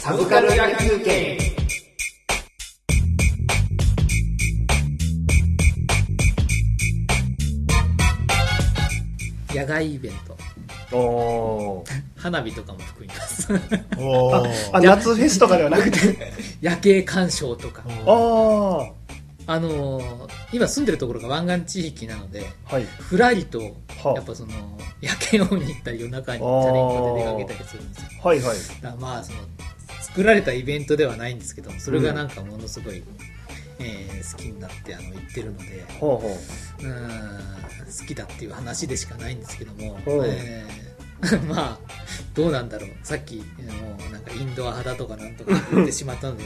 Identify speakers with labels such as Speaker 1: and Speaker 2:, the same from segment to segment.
Speaker 1: サブカル野球券
Speaker 2: 野外イベント
Speaker 3: おー
Speaker 2: 花火とかも含みます
Speaker 4: お
Speaker 3: あ
Speaker 4: ー
Speaker 3: あ夏フェスとかではなくて
Speaker 2: 夜景鑑賞とか
Speaker 3: ああは
Speaker 2: あのー今住んでるところが湾岸地域なので
Speaker 3: い
Speaker 2: ふらりと
Speaker 3: は
Speaker 2: やっぱその夜景を見に行ったり夜中にチャリンコで出かけたりするんですよ
Speaker 3: はいは
Speaker 2: だ
Speaker 3: い
Speaker 2: からまあその作られたイベントではないんですけどそれがなんかものすごい、えー好きになってあの行ってるので
Speaker 3: ほうほ
Speaker 2: うーん好きだっていう話でしかないんですけども、
Speaker 3: うん
Speaker 2: えー まあどうなんだろうさっきえーもうなんかインドア派だとかなんとか言ってしまった ので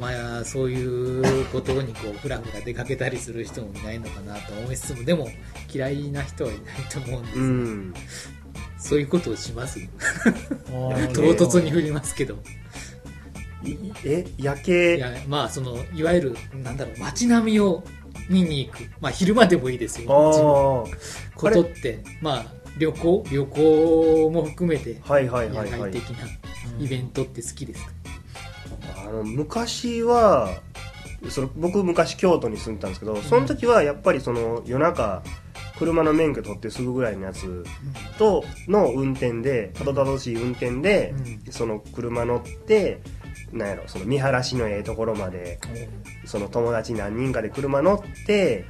Speaker 2: まあそういうことにこうフラフラ出かけたりする人もいないのかなと思いつつもでも嫌いな人はいないと思うんです、
Speaker 3: ううん
Speaker 2: そういうことをしますよ
Speaker 4: おー
Speaker 2: 唐突に振りますけど
Speaker 3: いいえ夜
Speaker 2: い
Speaker 3: 景
Speaker 2: やまあそのいわゆるなんだろう街並みを見に行くまあ昼間でもいいですよ
Speaker 3: ああは
Speaker 2: ことってまあ旅行旅行も含めて
Speaker 3: いはい
Speaker 2: 野
Speaker 3: はいは
Speaker 2: 外
Speaker 3: い
Speaker 2: 的なイベントって好きですか、
Speaker 3: あの昔はその僕昔京都に住んでたんですけどその時はやっぱりその夜中車の免許取ってすぐぐらいのやつとの運転でたどたどしい運転で、その車乗ってなんやろその見晴らしのええところまでその友達何人かで車乗って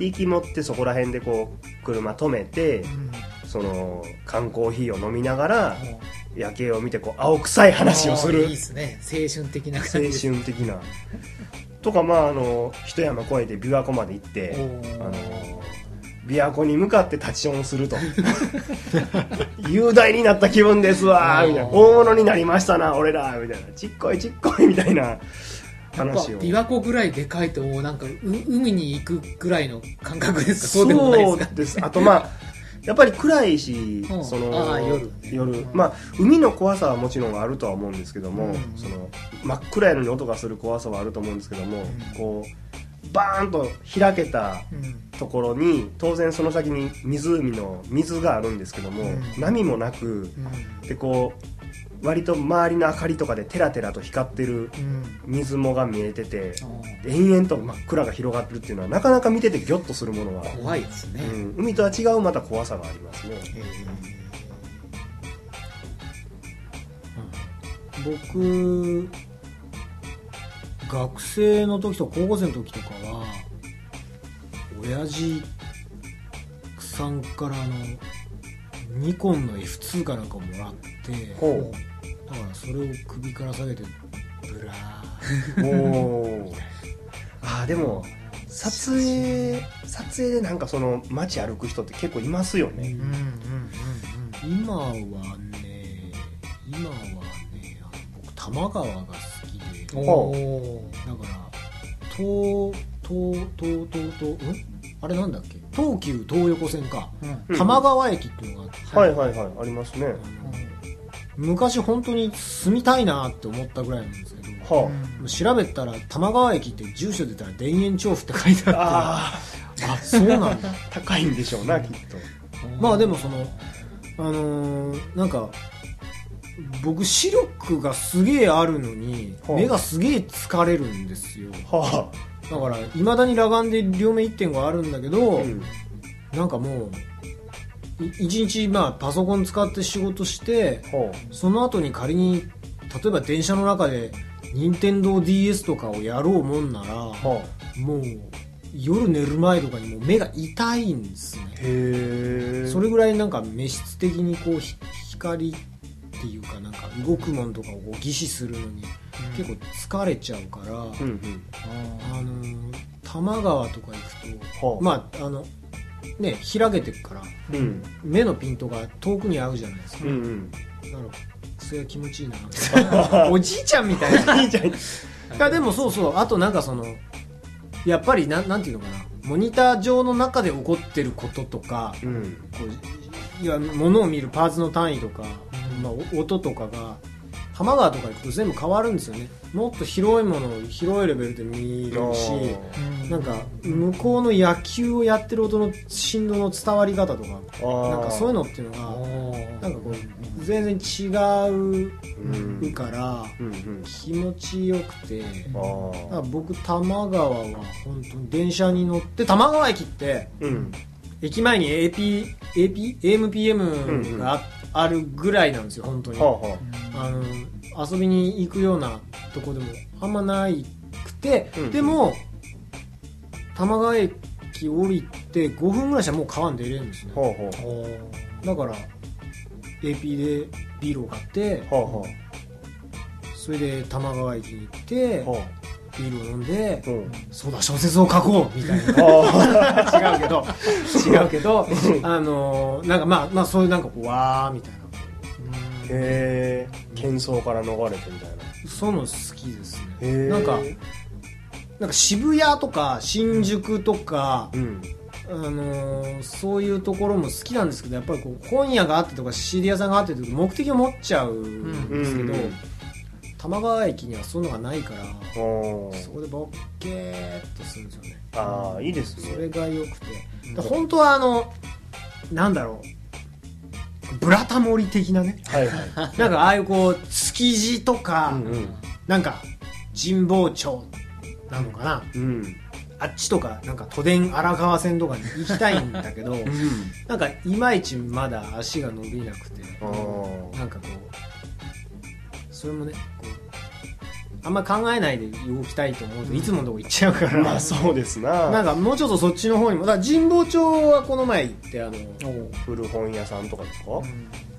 Speaker 3: で行きもってそこら辺でこう車止めてその缶コーヒーを飲みながら夜景を見てこう青臭い話をす
Speaker 2: あ
Speaker 3: る
Speaker 2: ーいいですね青春的な
Speaker 3: 青
Speaker 2: 感じです
Speaker 3: 春的なとかまああの一山越えて琵琶湖まで行って
Speaker 2: おー
Speaker 3: あの琵琶湖に向かって立ちションすると 雄大になった気分ですわーみたいな
Speaker 2: おー
Speaker 3: 大物になりましたな俺らみたいなちっこいちっこいみたいな
Speaker 2: やっぱ
Speaker 3: 話を
Speaker 2: 琵琶湖ぐらいでかいともうなんかう海に行くぐらいの感覚ですかそうでもないですか
Speaker 3: そうですあとまあやっぱり暗いし、
Speaker 2: うん
Speaker 3: その
Speaker 2: あー夜ねうん
Speaker 3: まあ海の怖さはもちろんあるとは思うんですけども、
Speaker 2: うん
Speaker 3: その真っ暗やのに音がする怖さはあると思うんですけども、
Speaker 2: ん
Speaker 3: こうバーンと開けた
Speaker 2: うん
Speaker 3: ところに当然その先に湖の水があるんですけども、
Speaker 2: うん
Speaker 3: 波もなく
Speaker 2: う
Speaker 3: でこう割と周りの明かりとかでテラテラと光ってる
Speaker 2: んうん
Speaker 3: 水もが見えてて
Speaker 2: あー
Speaker 3: 延々と真っ暗が広がってるっていうのはなかなか見ててギョッとするものは
Speaker 2: 怖いですね、
Speaker 3: うん、海とは違うまた怖さがありますね
Speaker 4: 僕学生の時とか高校生の時とかは親父さんからあのニコンの F2 かなんかもらって
Speaker 3: ほ
Speaker 4: だからそれを首から下げてブラ
Speaker 3: うおー ああでも撮影撮影でなんかその街歩く人って結構いますよね
Speaker 4: ー、
Speaker 2: うんうん
Speaker 4: うん今はね今はねあの僕多摩川が好きで
Speaker 2: うんうん
Speaker 3: ほう
Speaker 2: おー
Speaker 4: だから東東東東東うんあれなんだっけ東急東横線か
Speaker 2: うん
Speaker 4: 多摩川駅っていうのがあって、
Speaker 3: はいはいはいありますね
Speaker 4: 昔本当に住みたいなって思ったぐらいなんですけど、
Speaker 3: は
Speaker 4: 調べたら多摩川駅って住所出たら田園調布って書いて
Speaker 3: あ、
Speaker 4: あ
Speaker 3: あ
Speaker 4: ってあそうなん だ
Speaker 3: あ高いんでしょうなきっと
Speaker 4: まあでもそのあのーなんか僕視力がすげえあるのに
Speaker 3: ほう
Speaker 4: 目がすげえ疲れるんですよ
Speaker 3: は
Speaker 4: だからいまだに裸眼で両目1.5あるんだけ
Speaker 3: あ、
Speaker 4: ど、
Speaker 3: うん、
Speaker 4: なんかもうい一日まあパソコン使って仕事して
Speaker 3: ほ
Speaker 4: その後に仮に例えば電車の中で任天堂 d s とかをやろうもんなら
Speaker 3: うは
Speaker 4: もう夜寝る前とかにもう目が痛いんです
Speaker 3: あ、
Speaker 4: ね
Speaker 3: へえ
Speaker 4: それぐらいなんか目質的にこうひ光っていうかなんか動くもんとかをこう疑似するのに結構疲れちゃうから、
Speaker 3: うんうん
Speaker 4: あのー多摩川とか行くと、
Speaker 3: はあ
Speaker 4: まああのね開けてくから
Speaker 3: うん
Speaker 4: 目のピントが遠くに合うじゃないですか、
Speaker 3: うんうん
Speaker 4: だからそれは気持ちいいな おじいちゃんみたいないやでもそうそうあとなんかそのやっぱりなんなんていうのかなモニター上の中で起こってることとか
Speaker 3: うん
Speaker 4: こういや物を見るパーツの単位とか、まあ、お音とかが多摩川とか行くと全部変わるんですよねもっと広いものを広いレベルで見れるしなんか向こうの野球をやってる音の振動の伝わり方とかなんかそういうの
Speaker 3: の
Speaker 4: っていうのがなんかこ
Speaker 2: う
Speaker 4: う全然違
Speaker 3: うん
Speaker 4: うから
Speaker 3: うんうん
Speaker 4: 気持ちよくて
Speaker 3: あ
Speaker 4: だから
Speaker 3: ー
Speaker 4: 僕多摩川は本当に電車に乗って多摩川駅って
Speaker 3: うん
Speaker 4: 駅前に AP、AP、AMPM があ,、あるぐらいなんですよ本当に
Speaker 3: はあは
Speaker 4: あの遊びに行くようなとこでもあんまないくて、
Speaker 3: うん
Speaker 4: でも多摩川駅降りて5分ぐらいしたらもう川に出れるんですね
Speaker 3: あはあはあ
Speaker 4: だから AP でビールを買って
Speaker 3: はあは
Speaker 4: それで多摩川駅に行って
Speaker 3: あは
Speaker 4: ビールを飲んで
Speaker 3: あうん
Speaker 4: そうだ小説を書こうみたいな
Speaker 3: あ
Speaker 4: 違うけど 違うけ どあのーなんかまあまあそういうなんかこうわーみたいな
Speaker 3: ー へえ喧騒から逃れてみたいな
Speaker 4: そういうの好きです
Speaker 3: へ
Speaker 4: ね
Speaker 3: ー
Speaker 4: なんかなんか渋谷とか新宿とか、
Speaker 3: うん
Speaker 4: あのーそういうところも好きなんですけどやっぱりこう本屋があってとか CD 屋さんがあってとか目的を持っちゃうん
Speaker 3: う
Speaker 4: ですけ
Speaker 3: ん
Speaker 4: ど、
Speaker 3: うん
Speaker 4: 多摩川駅にはそういうのがないから
Speaker 3: おー
Speaker 4: そこでボッケーっとするんですよね
Speaker 3: ああいいです
Speaker 4: それ
Speaker 3: ね
Speaker 4: が良くて、
Speaker 3: ん
Speaker 4: だから本当はあのなんだろうブラタモリ的なね
Speaker 3: はいはい
Speaker 4: なんかああいうこう築地とか、
Speaker 3: うんうん
Speaker 4: なんか神保町なのかな、
Speaker 3: うん
Speaker 4: あっちとかなんか都電荒川線とかに行きたいんだけ どなんかいまいちまだ足が伸びなくて
Speaker 3: あー
Speaker 4: なんかこうそれもねこうあんま考えないで動きたいと思うといつものとこ行っちゃうから、
Speaker 3: まあそうです
Speaker 4: な
Speaker 3: なん
Speaker 4: かもうちょっとそっちの方にもだから神保町はこの前行ってあの
Speaker 3: 古本屋さんとかですかは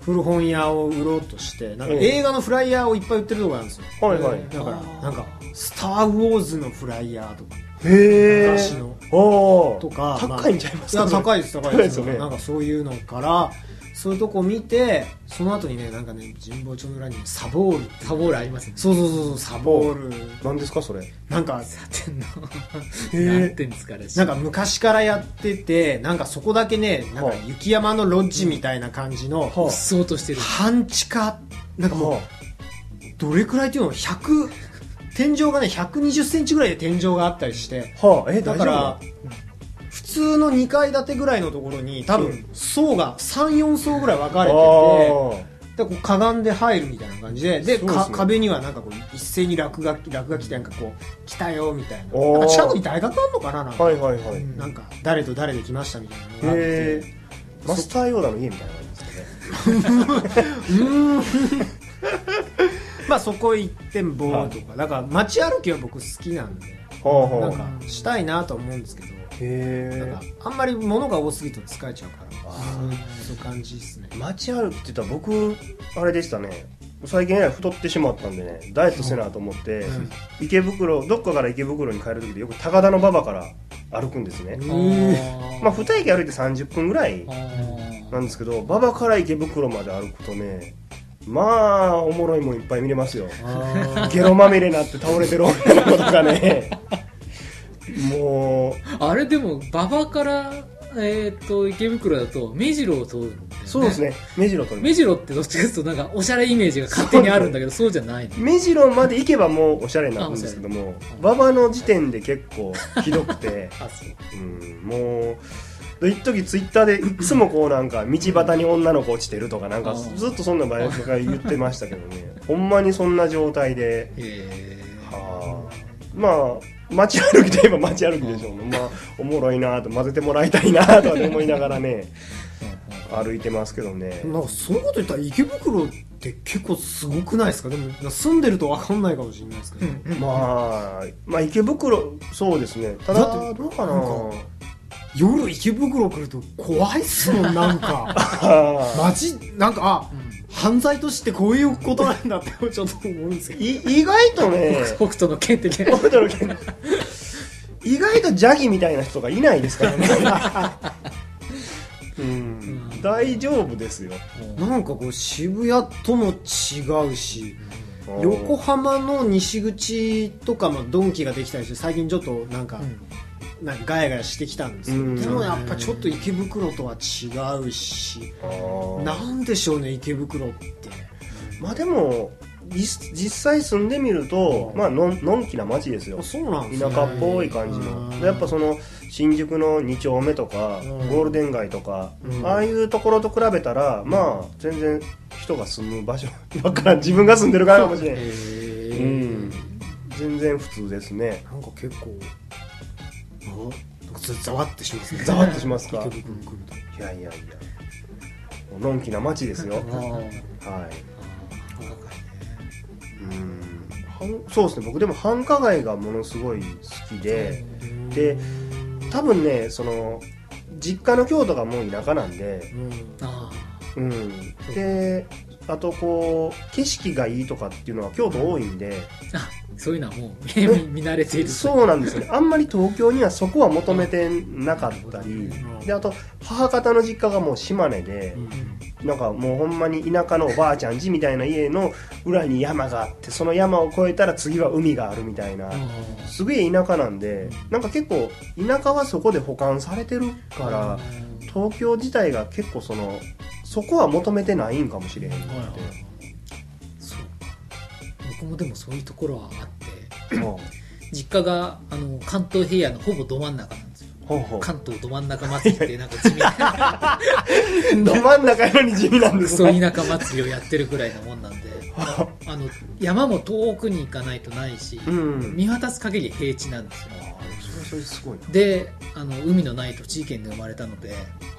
Speaker 4: 古本屋を売ろうとしてなんか
Speaker 3: うん
Speaker 4: 映画のフライヤーをいっぱい売ってるとこなんですよ
Speaker 3: いはい
Speaker 4: だから
Speaker 2: あー
Speaker 4: なんか「スター・ウォーズ」のフライヤーとか
Speaker 3: へえ
Speaker 4: 昔の
Speaker 3: おー
Speaker 4: とか
Speaker 3: 高いんちゃいます
Speaker 4: いや高いです高いです
Speaker 3: 高いですよね
Speaker 4: なんかそういうのからそういうとこ見てその後にねなんかね神保町の裏にサボール
Speaker 2: サボールありますね
Speaker 4: そうそうそうそうサボール
Speaker 3: 何ですかそれへ
Speaker 4: なんか
Speaker 2: サテンの
Speaker 3: え
Speaker 2: 何点ですかね
Speaker 4: なんか昔からやっててなんかそこだけねなんか
Speaker 3: はい
Speaker 4: 雪山のロッジみたいな感じの
Speaker 2: うっそうとしてる
Speaker 4: 半地下なんかもうどれくらいっていうの100天井がね1 2 0センチぐらいで天井があったりして
Speaker 3: はあえ
Speaker 4: だ
Speaker 3: 大
Speaker 4: か
Speaker 3: 丈
Speaker 4: ら
Speaker 3: 夫
Speaker 4: 普通の2階建てぐらいのところに多
Speaker 3: う
Speaker 4: 分層が34層ぐらい分かれて
Speaker 3: あー
Speaker 4: てでこうかがんで入るみたいな感じでで
Speaker 3: そうですね
Speaker 4: か壁にはなんかこう一斉に落書き落書きってなんかこう来たよみたいな
Speaker 3: おー
Speaker 4: なんか近くに大学あんのかななんか,、
Speaker 3: はいはいはい
Speaker 2: うん
Speaker 4: なんか誰と誰で来ましたみたいなのがあっ
Speaker 3: へ
Speaker 4: て
Speaker 3: ーマスターヨーダの家みたいな感じですかね
Speaker 4: まあそこ行ってボーンとかだから街歩きは僕好きなんで
Speaker 3: はあはあ
Speaker 4: なんかしたいなと思うんですけどなん
Speaker 3: へ
Speaker 4: かあんまり物が多すぎると疲れちゃうから
Speaker 3: あ
Speaker 4: そういう感じですね
Speaker 3: え街歩きって言ったら僕あれでしたね最近ね太ってしまったんでねダイエットせなと思って、
Speaker 4: うん
Speaker 3: 池袋どっかから池袋に帰る時でよく高田馬場から歩くんですね、
Speaker 4: うん
Speaker 3: まあ2駅歩いて30分ぐらいなんですけど馬場から池袋まで歩くとねまあおもろいもんいっぱい見れますよゲロまみれになって倒れてる女の子とかねも
Speaker 2: あーあれでも馬場からえっと池袋だと目白を通るんだよね
Speaker 3: うそうですね目白取り
Speaker 2: 目白ってどっちかというとなんかおしゃれイメージが勝手にあるんだけどそうじゃないの
Speaker 3: 目白まで行けばもうおしゃれになるんですけども
Speaker 2: あおしゃれ
Speaker 3: 馬場の時点で結構ひどく て
Speaker 2: あそう
Speaker 3: うんもう一時ツイッターでいつもこうなんか道端に女の子落ちてるとかなんか
Speaker 2: あ
Speaker 3: ずっとそんな場合とか言ってましたけどね ほんまにそんな状態で
Speaker 2: へ
Speaker 3: はあまあ街歩きといえば街歩きでしょうねまあおもろいなと混ぜてもらいたいなとは思いながらね歩いてますけどね
Speaker 4: なんかそういうこと言ったら池袋って結構すごくないですかでもなんか住んでると分かんないかもしれないですけど、
Speaker 3: まあまあ池袋そうですねただ
Speaker 4: だって
Speaker 3: どうかな
Speaker 4: なんか夜池袋来ると怖いっすもんなん か
Speaker 3: あー
Speaker 4: マジなんかあ、
Speaker 2: ん
Speaker 4: 犯罪としてこういうことなんだって ちょっと思うんですけど
Speaker 3: い意外とね
Speaker 2: 北斗の剣的な
Speaker 3: 驚きの意外とジャギみたいな人がいないですから ねうん大丈夫ですよ
Speaker 4: なんかこう渋谷とも違うし横浜の西口とかもドンキができたりして最近ちょっとなんか、なんかガヤガヤしてきたんです
Speaker 3: う
Speaker 4: よ
Speaker 3: ん
Speaker 4: でもやっぱちょっと池袋とは違うし
Speaker 3: あー
Speaker 4: なんでしょうね池袋って
Speaker 3: まあでも実実際住んでみると、まあのんのんきな街ですよ
Speaker 4: あそうなんですね
Speaker 3: 田舎っぽい感じ
Speaker 4: うん
Speaker 3: のやっぱその新宿の2丁目とか
Speaker 4: うん
Speaker 3: ゴールデン街とか
Speaker 4: うん
Speaker 3: ああいうところと比べたらまあ全然人が住む場所だからん自分が住んでる側かもしれない
Speaker 2: え
Speaker 3: う
Speaker 2: ー
Speaker 3: ん全然普通ですね
Speaker 4: なんか結構あなんかそれざわってしますね
Speaker 3: ざわってしますか
Speaker 4: くるくるくると
Speaker 3: いやいやいやもうのんきな街ですよ
Speaker 2: あー
Speaker 3: はい
Speaker 2: あー若い
Speaker 3: うん繁そうですね僕でも繁華街がものすごい好きでで多分ねその実家の京都がもう田舎なんで
Speaker 4: うん
Speaker 2: あ
Speaker 3: うん、であとこう景色がいいとかっていうのは京都多いんで、
Speaker 2: ーあそういうのはもう見見慣れている
Speaker 3: そうなんですねあんまり東京にはそこは求めてなかったり
Speaker 4: うん
Speaker 3: であと母方の実家がもう島根で
Speaker 4: うん
Speaker 3: なんかもうほんまに田舎のおばあちゃん家みたいな家の裏に山があってその山を越えたら次は海があるみたいな
Speaker 2: あー
Speaker 3: すげえ田舎なんでなんか結構田舎はそこで保管されてるから東京自体が結構そのそこは求めてないんかもしれへんなって。
Speaker 2: そうか僕もでもそういうところはあって
Speaker 3: うん
Speaker 2: 実家があの関東平野のほぼど真ん中なんですよ
Speaker 3: ほうほう
Speaker 2: 関東ど真ん中祭りってなんか地味な
Speaker 3: ど真ん中より地味なん で
Speaker 2: ク
Speaker 3: す
Speaker 2: ソ
Speaker 3: ね。
Speaker 2: 田舎祭りをやってるぐらいなもんなんであの山も遠くに行かないとないし、
Speaker 3: うん。
Speaker 2: 見渡す限り平地なんですよ
Speaker 3: それはそれですごいな。
Speaker 2: であの海のない栃木県で生まれたので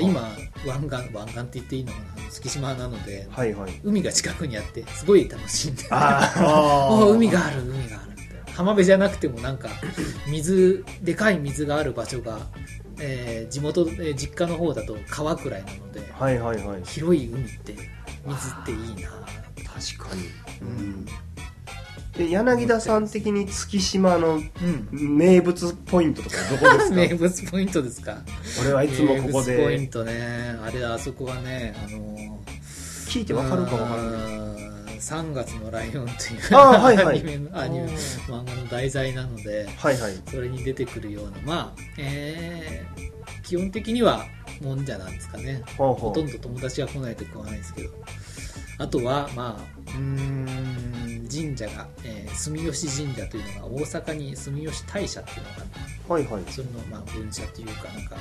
Speaker 2: 今湾岸湾岸って言っていいのかな月島なので
Speaker 3: はいはい。
Speaker 2: 海が近くにあってすごい楽しんで
Speaker 3: あ
Speaker 4: あ
Speaker 2: あ
Speaker 4: ー
Speaker 2: 海がある海があるみたいな浜辺じゃなくてもなんか水でかい水がある場所が、えー地元、えー実家の方だと川くらいなので
Speaker 3: あ。はいはいはい。
Speaker 2: 広い海って水っていいな
Speaker 3: 確かに。うん。で柳田さん的に月島
Speaker 2: う
Speaker 3: の
Speaker 2: ん
Speaker 3: 名物ポイントとかどこで
Speaker 2: 名
Speaker 3: す
Speaker 2: 物
Speaker 3: か
Speaker 2: ポイントですか
Speaker 3: 俺はいつもここ
Speaker 2: 名物ポイン
Speaker 3: で
Speaker 2: トねあれあそこはねあのー
Speaker 3: 聞いてわかるかわからない。
Speaker 2: ない3月のライオンという
Speaker 3: あーはいはい
Speaker 2: アニメのアニメ漫画の題材なので
Speaker 3: はいはい。
Speaker 2: それに出てくるようなまあえー基本的にはもんじゃなんですかね
Speaker 3: ほう
Speaker 2: ほ
Speaker 3: ほ
Speaker 2: とん
Speaker 3: う。
Speaker 2: ど友達が来ないと食わないですけどあとはまあうーん神社が、えー住吉神社というのが大阪に住吉大社っていうのがあって
Speaker 3: はいはい。
Speaker 2: それのまあ分社というかなんか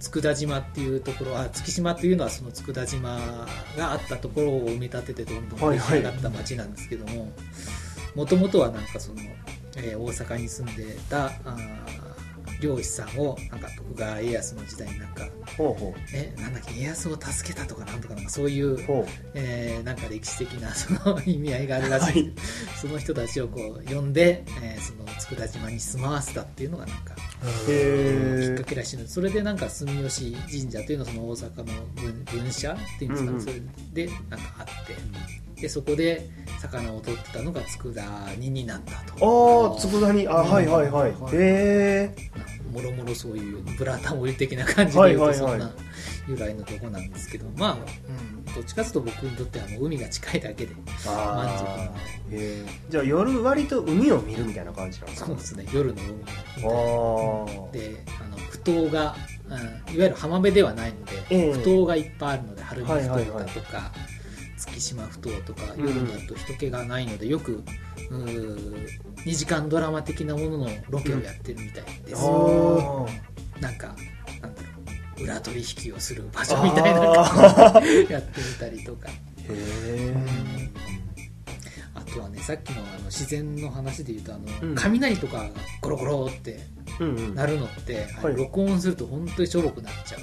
Speaker 2: 佃島っていうところは月島っていうのはその佃島があったところを埋め立ててどんどん
Speaker 3: は
Speaker 2: 出
Speaker 3: い
Speaker 2: 来
Speaker 3: は
Speaker 2: 上
Speaker 3: い
Speaker 2: がった町なんですけどももともとはなんかその、えー大阪に住んでたあー漁師さんをなんか徳川家康の時代になんか
Speaker 3: ほうほ
Speaker 2: えなんだっけ家康を助けたとかなんとかなんかそういう
Speaker 3: う。、ほ
Speaker 2: えーなんか歴史的な その意味合いがあるらしい、
Speaker 3: は
Speaker 2: その人たちをこう呼んで、えーその佃島に住まわせたっていうのがなんか
Speaker 3: う。
Speaker 2: きっ
Speaker 3: へ
Speaker 2: か
Speaker 3: え。
Speaker 2: けらしいのでそれでなんか住吉神社というのはその大阪の分分社っていうんですかね、
Speaker 3: うんうん
Speaker 2: それでなんかあってでそこで魚を取ってたのが佃煮になった
Speaker 3: あ
Speaker 2: と
Speaker 3: あ、佃煮。あ、はいはいはい。へえ。
Speaker 2: もろもろそういうブラタモリ的な感じで言う
Speaker 3: は
Speaker 2: と
Speaker 3: い
Speaker 2: そ
Speaker 3: はいはい
Speaker 2: んな由来のとこなんですけどまあ、うん、どっちかというと僕にとってはもう海が近いだけで満足な
Speaker 3: あ
Speaker 2: の
Speaker 3: あ
Speaker 2: で。
Speaker 3: へーじゃあ夜割と海を見るみたいな感じなんです
Speaker 2: そう
Speaker 3: か
Speaker 2: ですね夜の海みたいな
Speaker 3: ああ
Speaker 2: であの埠頭が、うんいわゆる浜辺ではないので、
Speaker 3: ええ
Speaker 2: 埠頭がいっぱいあるので晴海
Speaker 3: はいは
Speaker 2: 埠
Speaker 3: い
Speaker 2: 頭
Speaker 3: はい
Speaker 2: だとか、月島埠頭とか
Speaker 3: うん
Speaker 2: 夜だと人気がないので、よく2時間ドラマ的なもののロケをやってるみたいです、
Speaker 3: あ
Speaker 2: なんかなんだろう裏取引をする場
Speaker 3: ー
Speaker 2: 所みたいなの
Speaker 3: あ ー
Speaker 2: やってみたりとか
Speaker 3: へえ
Speaker 2: あとはねさっきのあの自然の話で言うとあの、
Speaker 3: うん
Speaker 2: 雷とかがゴロゴロって
Speaker 3: うんうん
Speaker 2: なるのって、あれ
Speaker 3: はい
Speaker 2: 録音すると本当にしょぼくなっちゃうん
Speaker 3: へ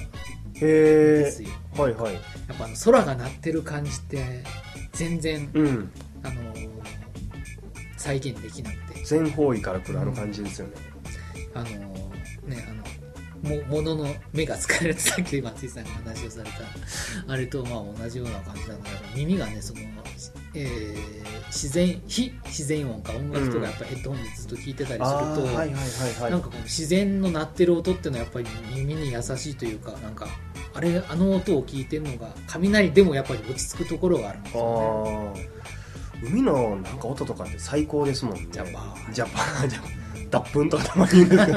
Speaker 2: で
Speaker 3: え
Speaker 2: すよ、
Speaker 3: はいはい
Speaker 2: やっぱあの空が鳴ってる感じって全然、
Speaker 3: うん
Speaker 2: あのー再現できなくて、
Speaker 3: 全方位から来るあの感じですよね
Speaker 2: あのーねあのもものの目が疲れてさっき松井さんが話をされたあれとまあ同じような感じなのでやっぱ耳がねその、えー自然非自然音か音楽とかやっぱヘッドホンでずっと聞いてたりすると、
Speaker 3: ーはいはい
Speaker 2: なんかこの自然の鳴ってる音ってのはやっぱり耳に優しいというかなんかあれあの音を聞いてるのが雷でもやっぱり落ち着くところがあるんですよね
Speaker 3: ああ海のなんか音とかって最高ですもんね
Speaker 2: ジャパー
Speaker 3: ジャパージャパー脱粉とかたまに言うんです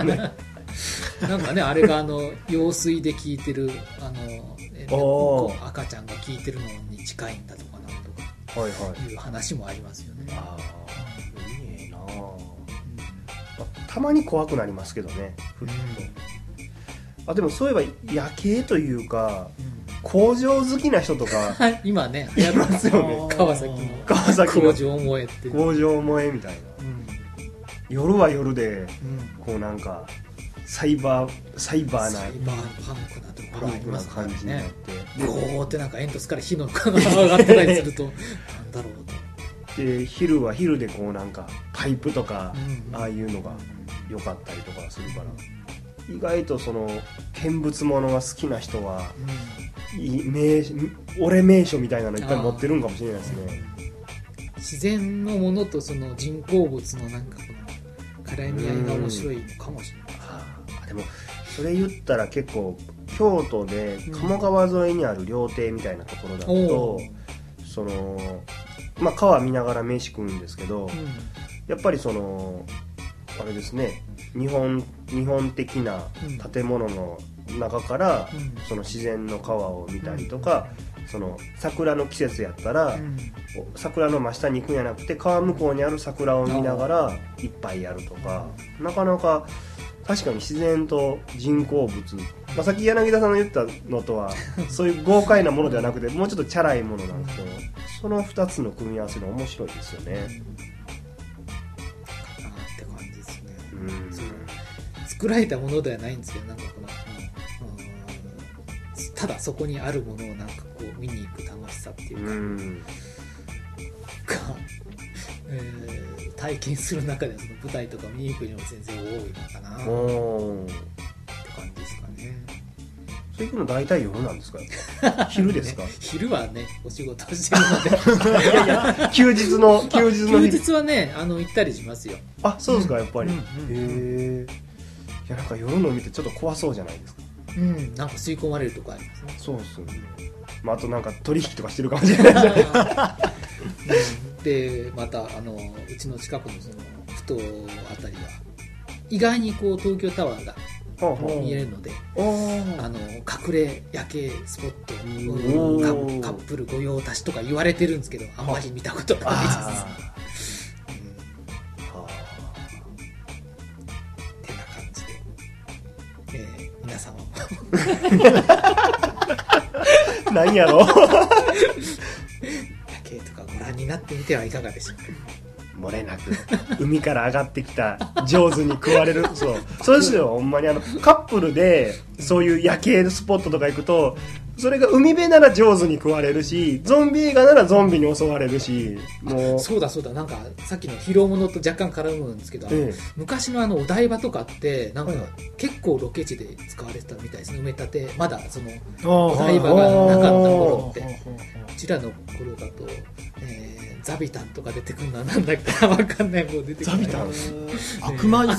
Speaker 3: よね
Speaker 2: なんかねあれがあの用水で聞いてるあのえ
Speaker 3: おー
Speaker 2: 赤ちゃんが聞いてるのに近いんだとかなんとか
Speaker 3: はいはい
Speaker 2: いう話もありますよね。
Speaker 3: ああいいなたまに怖くなりますけどねふっとあでもそういえば夜景というか
Speaker 2: うんうん
Speaker 3: 工場好きな人と か
Speaker 2: はい今ね、やります
Speaker 3: よ
Speaker 4: ね
Speaker 2: 川崎の
Speaker 3: 川崎の
Speaker 2: 工場萌えって。
Speaker 3: 工場萌えみたいな
Speaker 2: うん
Speaker 3: 夜は夜で
Speaker 2: うん
Speaker 3: こうなんかサイバーサイバーな
Speaker 2: サイバーパンクなとこ
Speaker 3: パ
Speaker 2: ろあ
Speaker 3: ン
Speaker 2: り
Speaker 3: ク
Speaker 2: ま
Speaker 3: な
Speaker 2: すから
Speaker 3: 感じになっ
Speaker 2: ね。
Speaker 3: て、
Speaker 2: ゴーってなんか煙突から火の粉が上がってたりする と、なんだろうと。
Speaker 3: でで昼は昼でこうなんかパイプとか、
Speaker 2: うん
Speaker 3: ああいうのが良かったりとかするから意外とその見物物が好きな人は
Speaker 2: うん
Speaker 3: いい名俺名所みたいなのいっぱい持ってるんかもしれないですね
Speaker 2: 自然のものとその人工物のなんかこの絡み合いが面白いのかもしれない。
Speaker 3: あでもそれ言ったら結構京都で鴨川沿いにある料亭みたいなところだ
Speaker 2: お
Speaker 3: と、
Speaker 2: ー
Speaker 3: そのまあ川見ながら飯食うんですけど、やっぱりそのあれですね日本日本的な建物の中から、
Speaker 2: うんうん
Speaker 3: その自然の川を見たりとか、その桜の季節やったら、
Speaker 2: うん
Speaker 3: 桜の真下に行くんじゃなくて川向こうにある桜を見ながら一杯やるとか、なかなか確かに自然と人工物、まあ、さっき柳田さんの言ったの とはそういう豪快なものではなくてもうちょっとチャラいものなんですけどその2つの組み合わせが面白いですよね。
Speaker 2: かなって感じですね。
Speaker 3: うん
Speaker 2: そう作られたものではないんですけどなんかこの、うんただそこにあるものをなんかこう見に行く楽しさっていううか,、
Speaker 3: ん
Speaker 2: えー体験する中でその舞台とか見に行くにも全然多いのかなって
Speaker 3: おー
Speaker 2: 感じですかね
Speaker 3: そういうの大体夜なんですかやっぱ昼ですか
Speaker 2: ね昼はねお仕事してるので
Speaker 3: いやいや休日の 休日の
Speaker 2: 休
Speaker 3: 日
Speaker 2: 日はねあの行ったりしますよ
Speaker 3: あそうですかやっぱり、
Speaker 2: うん
Speaker 3: へえいやなんか夜の見てちょっと怖そうじゃないですか
Speaker 2: うんなんか吸い込まれるとこありますね
Speaker 3: そうっすね、まあ、あとなんか取引とかしてるかもしれない
Speaker 2: うん でまたあのうちの近くのそのふ頭あたりは意外にこう東京タワーが
Speaker 3: ほうほう
Speaker 2: 見えるので、
Speaker 3: お ー
Speaker 2: あの隠れ夜景スポット
Speaker 3: おー
Speaker 2: カップル御用達とか言われてるんですけどあんまり見たことがないです
Speaker 3: あーは
Speaker 2: うんてな感じで、えー皆様も
Speaker 3: ー何やろ
Speaker 2: 夜景とかご覧になってみてはいかがでしょうか
Speaker 3: 漏れなく海から上がってきた上手に食われるそうそうですよほんまにあのカップルでそういう夜景スポットとか行くとそれが海辺なら上手に食われるしゾンビ映画ならゾンビに襲われるしもう
Speaker 2: そうだそうだなんかさっきの疲労物と若干絡むんですけど、あの
Speaker 3: ええ
Speaker 2: 昔のあのお台場とかってなんか
Speaker 3: はい
Speaker 2: 結構ロケ地で使われてたみたいですね埋め立てまだその
Speaker 4: お
Speaker 2: お台場がなかった頃って
Speaker 4: て
Speaker 2: うちらの頃だと、えーザビタンとか出てくるのはなんだっけわかんないもう出てこない
Speaker 3: ザビタン
Speaker 4: 悪魔
Speaker 2: イザ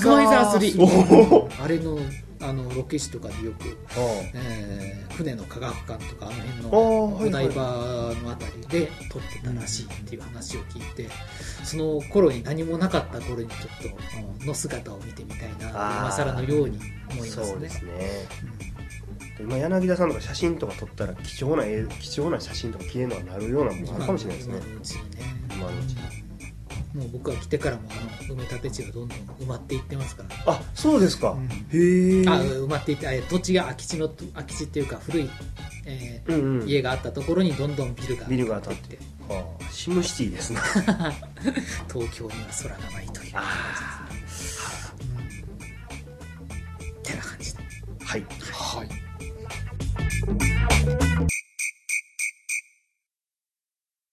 Speaker 2: ー
Speaker 3: お
Speaker 2: 3
Speaker 3: お
Speaker 2: あれのあのロケ地とかでよく、
Speaker 3: あ
Speaker 2: えー船の科学館とかあの辺
Speaker 3: あ
Speaker 2: の
Speaker 3: ーはい
Speaker 2: お台場のあたりで撮ってたらしいっていう話を聞いてその頃に何もなかった頃にちょっとうんの姿を見てみたいなって今更のように思いま
Speaker 3: そ
Speaker 2: す
Speaker 3: うで
Speaker 2: ね
Speaker 3: すね今柳田さんとか写真とか撮ったら貴重な絵貴重な写真とか綺麗なのがなるようなものあるかもしれないですね
Speaker 2: 今のうちにね
Speaker 3: 今のうちに
Speaker 2: もう僕が来てからもあの埋め立て地がどんどん埋まっていってますから
Speaker 3: あそうですか、
Speaker 2: うん
Speaker 3: へえ
Speaker 2: あ埋まっていってあ土地が空き地の空き地っていうか古い、え
Speaker 3: うんう
Speaker 2: ー
Speaker 3: ん
Speaker 2: 家があったところにどんどんビルが
Speaker 3: ビルが建っ
Speaker 2: 建って
Speaker 3: はあシムシティですね
Speaker 2: 東京には空がないという感じですね。うんてな感じで。
Speaker 3: はい
Speaker 2: はい